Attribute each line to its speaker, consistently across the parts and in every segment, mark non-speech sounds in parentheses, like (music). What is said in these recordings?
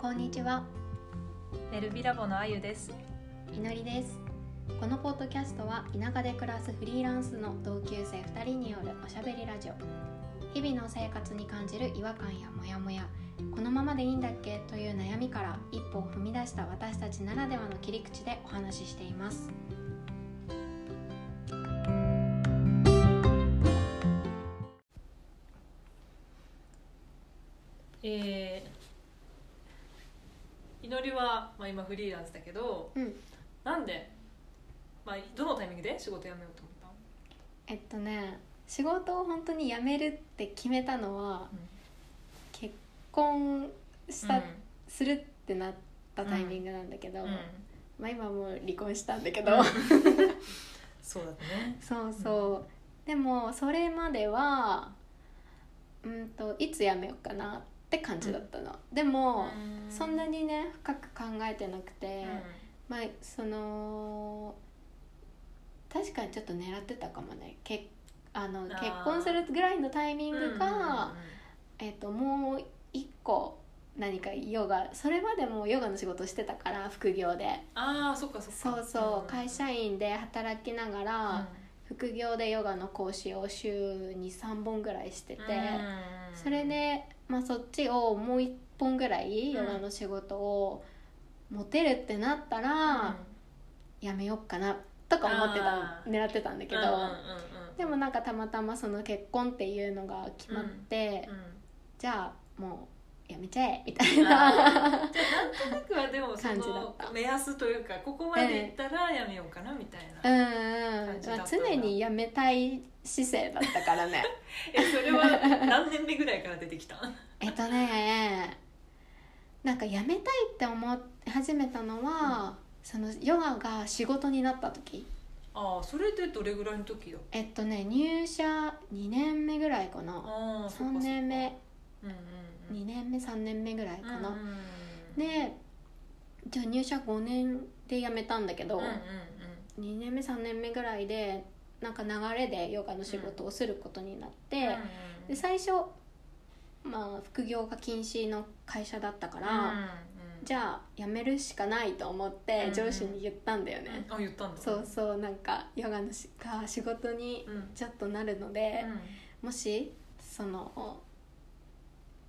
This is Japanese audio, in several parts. Speaker 1: こんにちは、
Speaker 2: エルビラボのあゆです。
Speaker 1: いのりですこのポッドキャストは田舎で暮らすフリーランスの同級生2人によるおしゃべりラジオ日々の生活に感じる違和感やモヤモヤこのままでいいんだっけという悩みから一歩を踏み出した私たちならではの切り口でお話ししています
Speaker 2: えー、祈りは、まあ、今フリーランスだけど、
Speaker 1: うん
Speaker 2: なんで、まあ、どのタイミングで仕事辞めようと思ったの
Speaker 1: えっとね仕事を本当に辞めるって決めたのは結婚した、するってなったタイミングなんだけど、
Speaker 2: うんうん
Speaker 1: まあ今もう離婚したんだけど、
Speaker 2: うんそうだったね。
Speaker 1: そうそう、でもそれまではうんといつ辞めようかなって感じだったの、でも、そんなにね深く考えてなくて、
Speaker 2: うん、
Speaker 1: まあその確かにちょっと狙ってたかもねけあの
Speaker 2: あー
Speaker 1: 結婚するぐらいのタイミングか、
Speaker 2: うん
Speaker 1: えっともう一個何かヨガそれまでもヨガの仕事してたから副業で
Speaker 2: ああそっかそっ
Speaker 1: そ
Speaker 2: か
Speaker 1: うそう、
Speaker 2: ん
Speaker 1: 会社員で働きながら、副業でヨガの講師を週に3本ぐらいしてて、
Speaker 2: うん
Speaker 1: それで、まあ、そっちをもう1本ぐらい
Speaker 2: うん
Speaker 1: ヨガの仕事を持てるってなった
Speaker 2: うん
Speaker 1: ら、やめよっかなとか思ってた
Speaker 2: あー
Speaker 1: 狙ってたんだけど、
Speaker 2: うんうんうんうん
Speaker 1: でもなんかたまたまその結婚っていうのが決まって、じゃあもうやめちゃえみたい
Speaker 2: うん
Speaker 1: な。
Speaker 2: あーじゃあなんとなくはでもそ
Speaker 1: 感じだっ
Speaker 2: の
Speaker 1: た
Speaker 2: 目安というかここまでいったらやめようかなみたい
Speaker 1: (laughs) うん
Speaker 2: な、
Speaker 1: うん
Speaker 2: 感じだったん
Speaker 1: まあ
Speaker 2: だ
Speaker 1: 常にやめたい姿勢だったからね
Speaker 2: えそれは何年目ぐらいから出てきたん
Speaker 1: えっとねなんかやめたいって思い始めたのは、そのヨガが仕事になった時
Speaker 2: ああそれってどれぐらいの時だ
Speaker 1: えっとね入社2年目ぐらいかな
Speaker 2: ああそっ
Speaker 1: 3
Speaker 2: かそっか
Speaker 1: 年目
Speaker 2: うんうんうん
Speaker 1: 2年目3年目ぐらいかな、
Speaker 2: うんうんうん
Speaker 1: でじゃあ入社5年で辞めたんだけ
Speaker 2: う
Speaker 1: ど、
Speaker 2: んうんうん
Speaker 1: 2年目3年目ぐらいでなんか流れでヨガの仕事をすることになって、
Speaker 2: うんうん
Speaker 1: で最初、まあ、副業が禁止の会社だったか
Speaker 2: うん
Speaker 1: ら、
Speaker 2: うん
Speaker 1: じゃあ辞めるしかないと思っ
Speaker 2: うん
Speaker 1: て
Speaker 2: うん
Speaker 1: 上司に言ったんだよね、
Speaker 2: うんあ言ったんだ
Speaker 1: そうそうなんかヨガのしが仕事に
Speaker 2: うんうん
Speaker 1: ちょっとなるので、もしその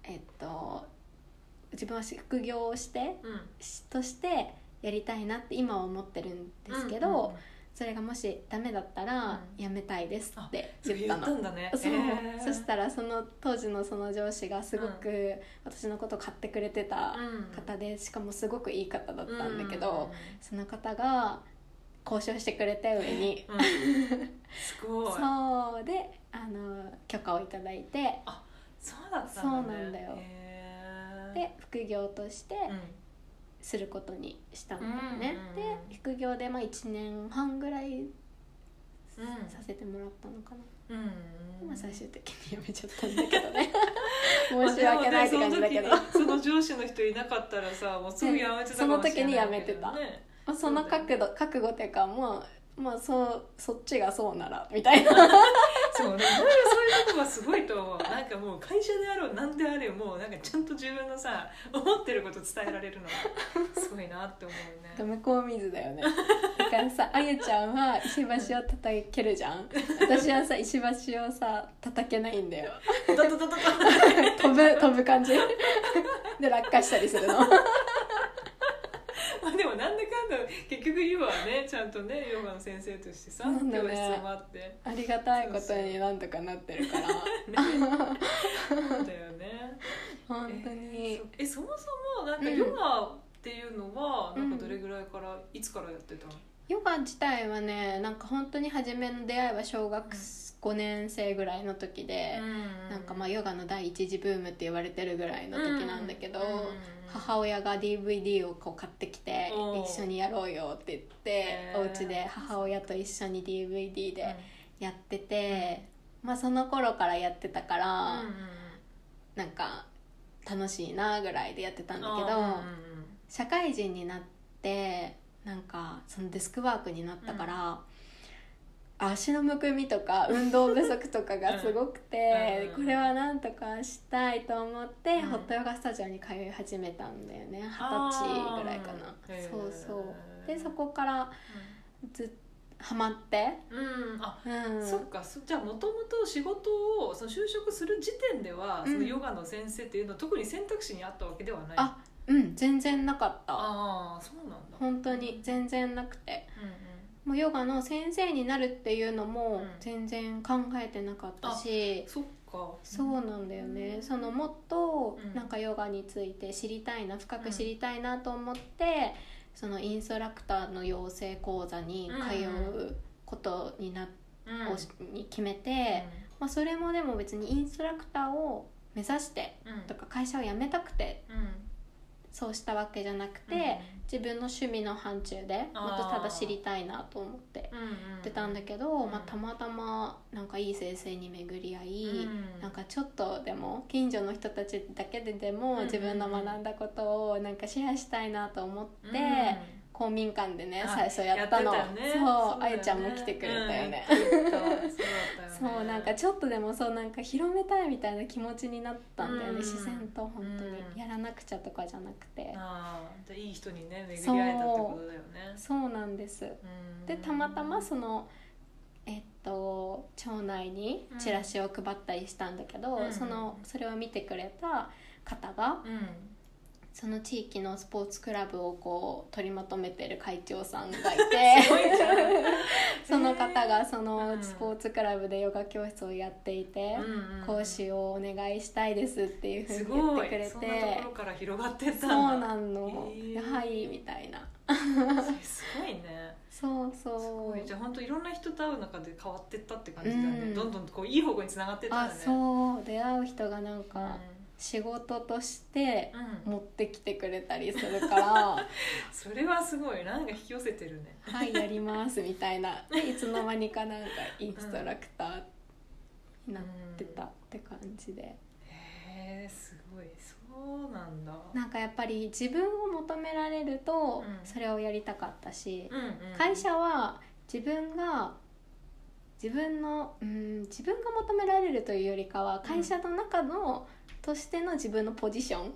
Speaker 1: えっと自分は副業をして
Speaker 2: うん
Speaker 1: しとしてやりたいなって今は思ってるんですけど、
Speaker 2: うんうん
Speaker 1: それがもしダメだったら
Speaker 2: うん
Speaker 1: 辞めたいですって
Speaker 2: そ
Speaker 1: 言
Speaker 2: う
Speaker 1: っ
Speaker 2: 言
Speaker 1: た
Speaker 2: った
Speaker 1: の。
Speaker 2: んだね
Speaker 1: そう
Speaker 2: へー
Speaker 1: そしたらその当時のその上司がすごく私のことを買ってくれてた
Speaker 2: うん
Speaker 1: 方でしかもすごくいい方だったんだけど、
Speaker 2: うんうん
Speaker 1: その方が交渉してくれた上に
Speaker 2: うんうんすごい
Speaker 1: そうであの許可をいただいて
Speaker 2: そうだった
Speaker 1: そうなんだよ
Speaker 2: へー
Speaker 1: で副業として
Speaker 2: う
Speaker 1: することにしたんだよね
Speaker 2: うんうんうん
Speaker 1: で副業でまあ1年半ぐらい
Speaker 2: ん
Speaker 1: させてもらったのかな、
Speaker 2: うんうんうん
Speaker 1: まあ最終的にやめちゃったんだけど
Speaker 2: (laughs)
Speaker 1: ね申し訳ないって感じだけど
Speaker 2: まあでもねその時にその上司の人いなかったらさもうすぐやめてたかもし
Speaker 1: ね
Speaker 2: れないけど、ね、
Speaker 1: その時にやめてたまあその覚悟覚悟っていうかもうまあそうそっちがそうならみたいな
Speaker 2: そうねいろいろそういうとこがすごいと思うなんかもう会社であろうなんであれもうなんかちゃんと自分のさ思ってること伝えられるのがすごいなって思うね
Speaker 1: 向こう水だよねだからさあゆちゃんは石橋を叩けるじゃん私はさ石橋をさ叩けないんだよ (laughs)
Speaker 2: ドドドドド
Speaker 1: 飛ぶ飛ぶ感じ (laughs) で落下したりするの
Speaker 2: まあでもなんだかんだ結局今はねちゃんとねヨガの先生としてさ
Speaker 1: なんだ
Speaker 2: 教
Speaker 1: ね
Speaker 2: 室もあって
Speaker 1: ありがたいことになんとかなってるから
Speaker 2: そうだよね
Speaker 1: 本当に
Speaker 2: えーえそもそもなんか
Speaker 1: うん
Speaker 2: ヨガっていうのは、
Speaker 1: うん
Speaker 2: なんかどれぐらいからいつからやってたの、
Speaker 1: ヨガ自体はねなんか本当に初めの出会いは小学5年生ぐらいの時で、なんかまあヨガの第一次ブームって言われてるぐらいの時なんだけど、
Speaker 2: うんうんうん
Speaker 1: 母親が DVD をこう買ってきて
Speaker 2: おう
Speaker 1: 一緒にやろうよって言って
Speaker 2: へー
Speaker 1: お家で母親と一緒に DVD でやってて、まあその頃からやってたから、
Speaker 2: うんうんうん
Speaker 1: なんか楽しいなぐらいでやってたんだけど、
Speaker 2: あ
Speaker 1: 社会人になってなんかそのデスクワークになったから、足のむくみとか運動不足とかがすごくて、
Speaker 2: うんうん
Speaker 1: これはなんとかしたいと思って、
Speaker 2: うん
Speaker 1: ホットヨガスタジオに通い始めたんだよね二十歳ぐらいかな
Speaker 2: あーへー
Speaker 1: そうそうでそこからずっハマって、
Speaker 2: うんあ
Speaker 1: うん、
Speaker 2: そっかそじゃあもともと仕事をその就職する時点では、
Speaker 1: うん
Speaker 2: そのヨガの先生っていうのは特に選択肢にあったわけではない
Speaker 1: あうん全然なかった
Speaker 2: あーそうなんだ、
Speaker 1: 本当に全然なくて
Speaker 2: うんうん
Speaker 1: もうヨガの先生になるっていうの
Speaker 2: う
Speaker 1: も
Speaker 2: ん
Speaker 1: 全然考えてなかったし、
Speaker 2: そっか
Speaker 1: そうなんだよねそのもっと
Speaker 2: うん
Speaker 1: なんかヨガについて知りたいな深く知りたいなと思って、そのインストラクターの養成講座に通うことにな、
Speaker 2: うん、
Speaker 1: をしに決めて、まあ、それもでも別にインストラクターを目指して
Speaker 2: うん、うん
Speaker 1: とか会社を辞めたくてそうしたわけじゃなくて、自分の趣味の範疇で
Speaker 2: あー
Speaker 1: もっとただ知りたいなと思って
Speaker 2: うんうんうん、
Speaker 1: やってたんだけど、
Speaker 2: ん
Speaker 1: まあ、たまたまなんかいい先生に巡り合い、
Speaker 2: うん
Speaker 1: なんかちょっとでも近所の人たちだけでで
Speaker 2: うん
Speaker 1: も自分の学んだことをなんかシェアしたいなと思って、公民館でね
Speaker 2: あ
Speaker 1: 最初やったの
Speaker 2: やってたよね
Speaker 1: そう
Speaker 2: だ
Speaker 1: あ
Speaker 2: よ
Speaker 1: ゆ、
Speaker 2: ね
Speaker 1: ちゃんも来てくれたよね、
Speaker 2: うん来てくれたそうだったよね
Speaker 1: (laughs) そうなんかちょっとでもそうなんか広めたいみたいな気持ちになったんだよね、
Speaker 2: うん
Speaker 1: 自然と本当に、
Speaker 2: うん
Speaker 1: やらなくちゃとかじゃなくて、
Speaker 2: あーじゃあいい人にね巡り合えたってことだよね
Speaker 1: そうなんです
Speaker 2: うん
Speaker 1: でたまたまそのえっと町内にチラシを配ったりしたんだけど、
Speaker 2: うん
Speaker 1: そのそれを見てくれた方が
Speaker 2: うん (laughs)
Speaker 1: その地域のスポーツクラブをこう取りまとめてる会長さんがいて
Speaker 2: (laughs) すごいじゃん
Speaker 1: (laughs) その方がそ
Speaker 2: うん
Speaker 1: のスポーツクラブでヨガ教室をやっていて、
Speaker 2: うんうん
Speaker 1: 講師をお願いしたいですっていうふう
Speaker 2: す
Speaker 1: に言っ
Speaker 2: ご
Speaker 1: て
Speaker 2: い
Speaker 1: くれ
Speaker 2: そんなところ
Speaker 1: て。
Speaker 2: から広がってった
Speaker 1: そ
Speaker 2: ん
Speaker 1: う
Speaker 2: だ
Speaker 1: なんの、
Speaker 2: へー
Speaker 1: はいみたいな
Speaker 2: すごいね
Speaker 1: そう
Speaker 2: す
Speaker 1: そ
Speaker 2: ご
Speaker 1: う
Speaker 2: いじゃあ本当いろんな人と会う中で変わってったって感じだよ
Speaker 1: う
Speaker 2: ね
Speaker 1: ん
Speaker 2: どんどんこういい方向につながってった
Speaker 1: あ
Speaker 2: んだね
Speaker 1: そう出会う人がなん
Speaker 2: うん
Speaker 1: か仕事として
Speaker 2: うん
Speaker 1: 持ってきてくれたりする
Speaker 2: (laughs)
Speaker 1: から「
Speaker 2: それはすごいなんか引き寄せてるね
Speaker 1: はいやります」みたいなでいつの間にかなんかインストラクターになってたって感じで
Speaker 2: へえすごいそうなんだ
Speaker 1: なんかやっぱり自分を求められると
Speaker 2: うん
Speaker 1: それをやりたかったし
Speaker 2: うんうん
Speaker 1: 会社は自分が自分のうん自分が求められるというよりかは会社の中のとしての自分のポジション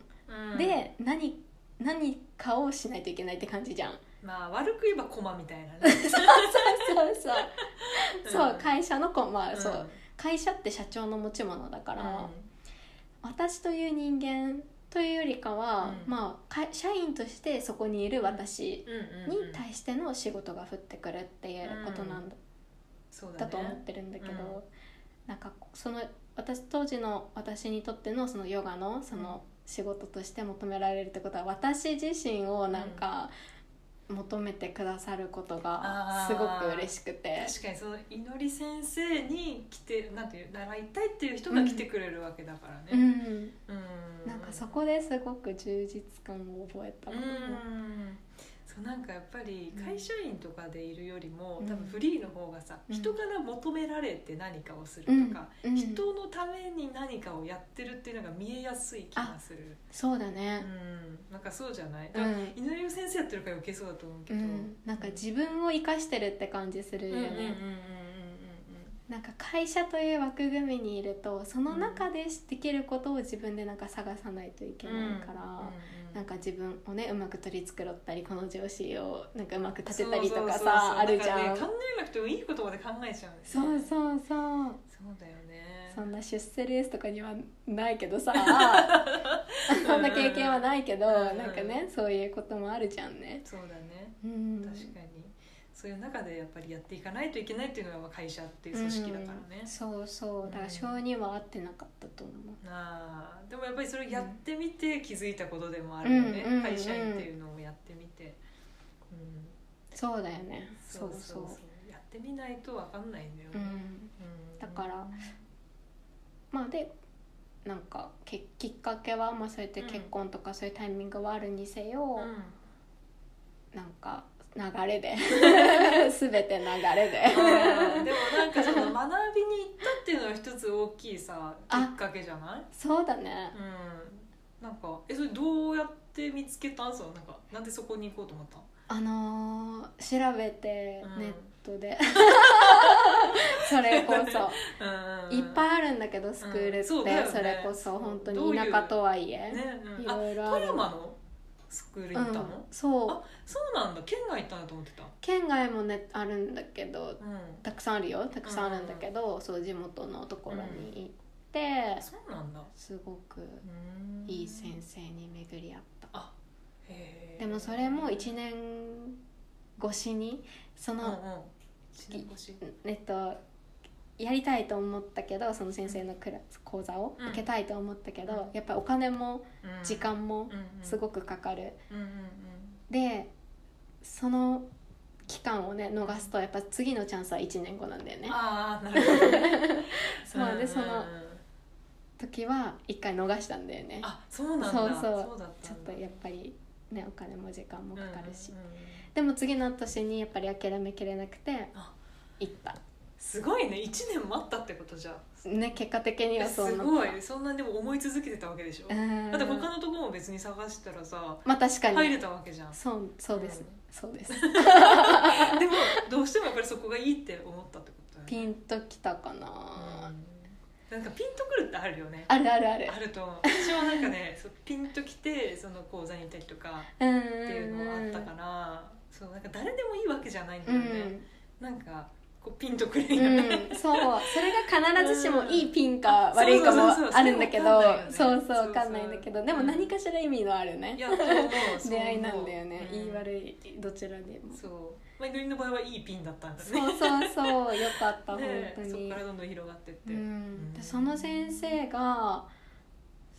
Speaker 2: うん
Speaker 1: で何何かをしないといけないって感じじ
Speaker 2: (laughs)
Speaker 1: ゃん
Speaker 2: まあ悪く言えばコマみたいなね
Speaker 1: そうそう (laughs) そう、
Speaker 2: ん
Speaker 1: 会社の子まあ、
Speaker 2: ん
Speaker 1: そう会社って社長の持ち物だから、
Speaker 2: う
Speaker 1: 私という人間というよりかは、
Speaker 2: うん
Speaker 1: まあか社員としてそこにいる私
Speaker 2: んうんうん
Speaker 1: に対しての仕事が降ってくるっていうことなんだ,、
Speaker 2: そう
Speaker 1: だ
Speaker 2: だね
Speaker 1: と思ってるんだけど、
Speaker 2: うん
Speaker 1: なんかその私当時の私にとってのそのヨガのその仕事として求められるってことは私自身をなんか求めてくださることがすごく嬉しくて。
Speaker 2: 確かにその祈り先生に来てなんていう習いたいっていう人が来てくれるわけだから
Speaker 1: う
Speaker 2: ね、
Speaker 1: ん
Speaker 2: うん
Speaker 1: なんかそこですごく充実感を覚えた
Speaker 2: う
Speaker 1: かな、
Speaker 2: んそうなんかやっぱり会社員とかでいるよりも、
Speaker 1: うん
Speaker 2: 多分フリーの方がさ、
Speaker 1: うん
Speaker 2: 人から求められて何かをするとか、
Speaker 1: うんうん
Speaker 2: 人のために何かをやってるっていうのが見えやすい気がする、
Speaker 1: そうだ
Speaker 2: う
Speaker 1: ね
Speaker 2: ん、なんかそうじゃない、
Speaker 1: うん、うん
Speaker 2: 祈りの先生やってるから余計そうだと思うけど、
Speaker 1: なんか自分を生かしてるって感じするよね、
Speaker 2: うんうんうんうんうん
Speaker 1: なんか会社という枠組みにいるとその中でできることを自分でなんか探さないといけ
Speaker 2: うんうん
Speaker 1: ないから、
Speaker 2: うんうん
Speaker 1: なんか自分をねうまく取り繕ったりこの上司をなんかうまく立てたりとか
Speaker 2: そうそうそうそう
Speaker 1: さあるじゃ
Speaker 2: なんかね考えなくてもいいことまで考えちゃうんですよ
Speaker 1: そうそうそう
Speaker 2: そうだよね
Speaker 1: そんな出世レースとかにはないけど
Speaker 2: (laughs)
Speaker 1: さそんな経験はないけど
Speaker 2: うん
Speaker 1: な
Speaker 2: うん
Speaker 1: んかねそういうこともあるじゃんね。
Speaker 2: そうだね
Speaker 1: うん、
Speaker 2: 確かにそういう中でやっぱりやっていかないといけないっていうのが会社っていう組織だからね
Speaker 1: うん、そうそうだから性には合ってなかったと思う。
Speaker 2: あーでもやっぱりそれをやってみて気づいたことでもあるよね、
Speaker 1: うんうん
Speaker 2: 会社員っていうのをやってみて、うん、
Speaker 1: そうだよね。そ
Speaker 2: そう
Speaker 1: う
Speaker 2: そう
Speaker 1: そう。
Speaker 2: そうやってみないとわかんないんだよ
Speaker 1: う
Speaker 2: ね、
Speaker 1: ん、
Speaker 2: うん
Speaker 1: だからまあでなんかけきっかけは、まあ、そうやって結婚とかそういうタイミングはあるにせよ、
Speaker 2: うん
Speaker 1: なんか流れ (laughs) で全て流れで
Speaker 2: あーでもなんかその学びに行ったっていうのは一つ大きいさき
Speaker 1: (laughs) あ
Speaker 2: っかけじゃない
Speaker 1: そうだね
Speaker 2: うんなんかえそれどうやって見つけたんすかなんかなんでそこに行こうと思った
Speaker 1: あのー調べて
Speaker 2: うん
Speaker 1: ネットで (laughs) それこそ
Speaker 2: うん
Speaker 1: いっぱいあるんだけどスクールって、
Speaker 2: うんそ
Speaker 1: そう
Speaker 2: だよね
Speaker 1: れこそ本当
Speaker 2: どう
Speaker 1: に
Speaker 2: いう
Speaker 1: 田舎とはいえ
Speaker 2: ね、うん、
Speaker 1: い
Speaker 2: あ
Speaker 1: ろいろあ
Speaker 2: 富
Speaker 1: る
Speaker 2: 山のスクール行ったの、
Speaker 1: うん、そう
Speaker 2: あそうなんだ県外行ったんだと思ってた
Speaker 1: 県外もねあるんだけど
Speaker 2: うん
Speaker 1: たくさんあるよたくさんあるんだけど、そう地元のところに行って、
Speaker 2: そうなんだ
Speaker 1: すごく
Speaker 2: うん
Speaker 1: いい先生に巡り合った
Speaker 2: へー
Speaker 1: でもそれも1年越しにそ
Speaker 2: うんうん
Speaker 1: の、
Speaker 2: 一年越し
Speaker 1: えっとやりたいと思ったけどその先生のクラス講座を
Speaker 2: うん
Speaker 1: 受けたいと思ったけど、
Speaker 2: うん
Speaker 1: やっぱりお金も
Speaker 2: うん
Speaker 1: 時間も
Speaker 2: うんうん
Speaker 1: すごくかかる、
Speaker 2: うんうん
Speaker 1: でその期間をね逃すとやっぱ次のチャンスは1年後なんだよ
Speaker 2: う
Speaker 1: ね
Speaker 2: んああなるほどね
Speaker 1: (laughs) そうでその
Speaker 2: んうん
Speaker 1: 時は1回逃したんだよね
Speaker 2: あそうなんだ
Speaker 1: そうそう
Speaker 2: だった
Speaker 1: ちょっ
Speaker 2: んだ
Speaker 1: とやっぱりねお金も時間もかかるし、
Speaker 2: うんうんうん
Speaker 1: でも次の年にやっぱり諦めきれなくて
Speaker 2: あ
Speaker 1: 行った
Speaker 2: すごいね一年待ったってことじゃん
Speaker 1: ね結果的には
Speaker 2: え
Speaker 1: そう
Speaker 2: す
Speaker 1: な
Speaker 2: ごいそんなにでも思い続けてたわけでしょ、
Speaker 1: うん
Speaker 2: だって他のとこも別に探してたらさ
Speaker 1: まあ確かに、
Speaker 2: 入れたわけじゃん
Speaker 1: そうそうです、
Speaker 2: うん
Speaker 1: そうです
Speaker 2: でもどうしてもやっぱりそこがいいって思ったってことだよね
Speaker 1: ピンときたかな、
Speaker 2: うんなんかピンとくるってあるよね
Speaker 1: あるあるある
Speaker 2: あると思う私はなんか
Speaker 1: (laughs)
Speaker 2: ねそうピンときてその講座に行ったりとか
Speaker 1: うん
Speaker 2: っていうのはあったからそうなんか誰でもいいわけじゃないんだ
Speaker 1: う
Speaker 2: よ
Speaker 1: ん、
Speaker 2: ね、なんかこうピンとくるよ
Speaker 1: うん
Speaker 2: ね、
Speaker 1: そうそれが必ずしもいいピンか
Speaker 2: うん
Speaker 1: 悪いか
Speaker 2: そう
Speaker 1: も
Speaker 2: そうそう
Speaker 1: あるんだけど
Speaker 2: そ
Speaker 1: そううそう
Speaker 2: そう
Speaker 1: わかんないんだけどでも
Speaker 2: うん
Speaker 1: 何かしら意味のある
Speaker 2: い
Speaker 1: ね
Speaker 2: やそう思うそう思う
Speaker 1: 出会いなんだよね、
Speaker 2: うん
Speaker 1: いい悪いどちらでも
Speaker 2: そうまあ、いのりの場合はいいピンだったんだね
Speaker 1: そうそうそうよかった、
Speaker 2: ね
Speaker 1: 本当
Speaker 2: そこ
Speaker 1: に
Speaker 2: からどんどん広がってって、
Speaker 1: う
Speaker 2: うん
Speaker 1: ん、でその先生が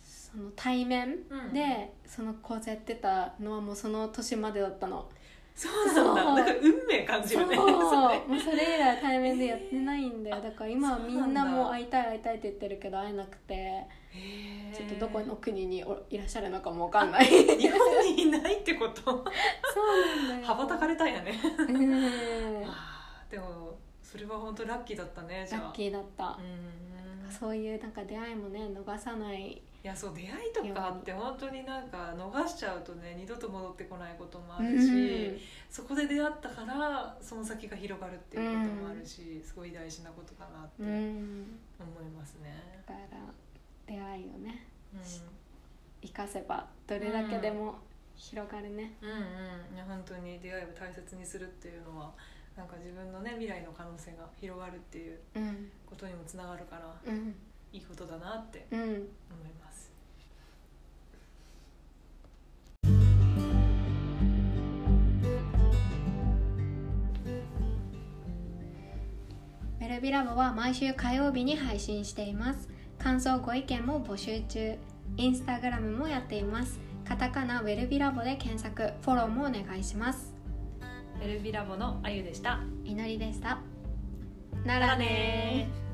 Speaker 1: その対面
Speaker 2: うん
Speaker 1: でその講座やってたのはもうその年までだったの、
Speaker 2: そうなんだ
Speaker 1: そう
Speaker 2: なんか運命感じ
Speaker 1: そう
Speaker 2: るねそれ
Speaker 1: もうそれ以来対面でやってないんだよだから今は
Speaker 2: そう
Speaker 1: み
Speaker 2: なんだ
Speaker 1: んなもう会いたい会いたいって言ってるけど会えなくて
Speaker 2: (laughs) へー
Speaker 1: ちょっとどこの国においらっしゃるのかもわかんない (laughs)
Speaker 2: 日本にいないってこと
Speaker 1: そうなんだよ
Speaker 2: 羽ばたかれたんやね
Speaker 1: うんラ
Speaker 2: あーでもそれは本当ラッキーだったねじゃあ
Speaker 1: ッキーだった
Speaker 2: う、んうん
Speaker 1: そういうなんか出会いもね逃さない
Speaker 2: いやそう出会いとかって本当になんか逃しちゃうとね二度と戻ってこないこともあるし、そこで出会ったからその先が広がるっていうこともあるし、すごい大事なことかなっ
Speaker 1: うん、うん、
Speaker 2: て思いますね
Speaker 1: だ、から出会いをね
Speaker 2: うん
Speaker 1: 生かせばどれだけでも広がるね、
Speaker 2: うんうんいや本当に出会いを大切にするっていうのはなんか自分のね未来の可能性が広がるっていう
Speaker 1: うん
Speaker 2: ことにもつながるから
Speaker 1: うん
Speaker 2: いいことだなって
Speaker 1: うん
Speaker 2: 思います。
Speaker 1: メルビラボは毎週火曜日に配信しています感想ご意見も募集中インスタグラムもやっていますカタカナウェルビラボで検索フォローもお願いします
Speaker 2: エルビラボのあゆでした。
Speaker 1: いのりでしたならねー
Speaker 2: ー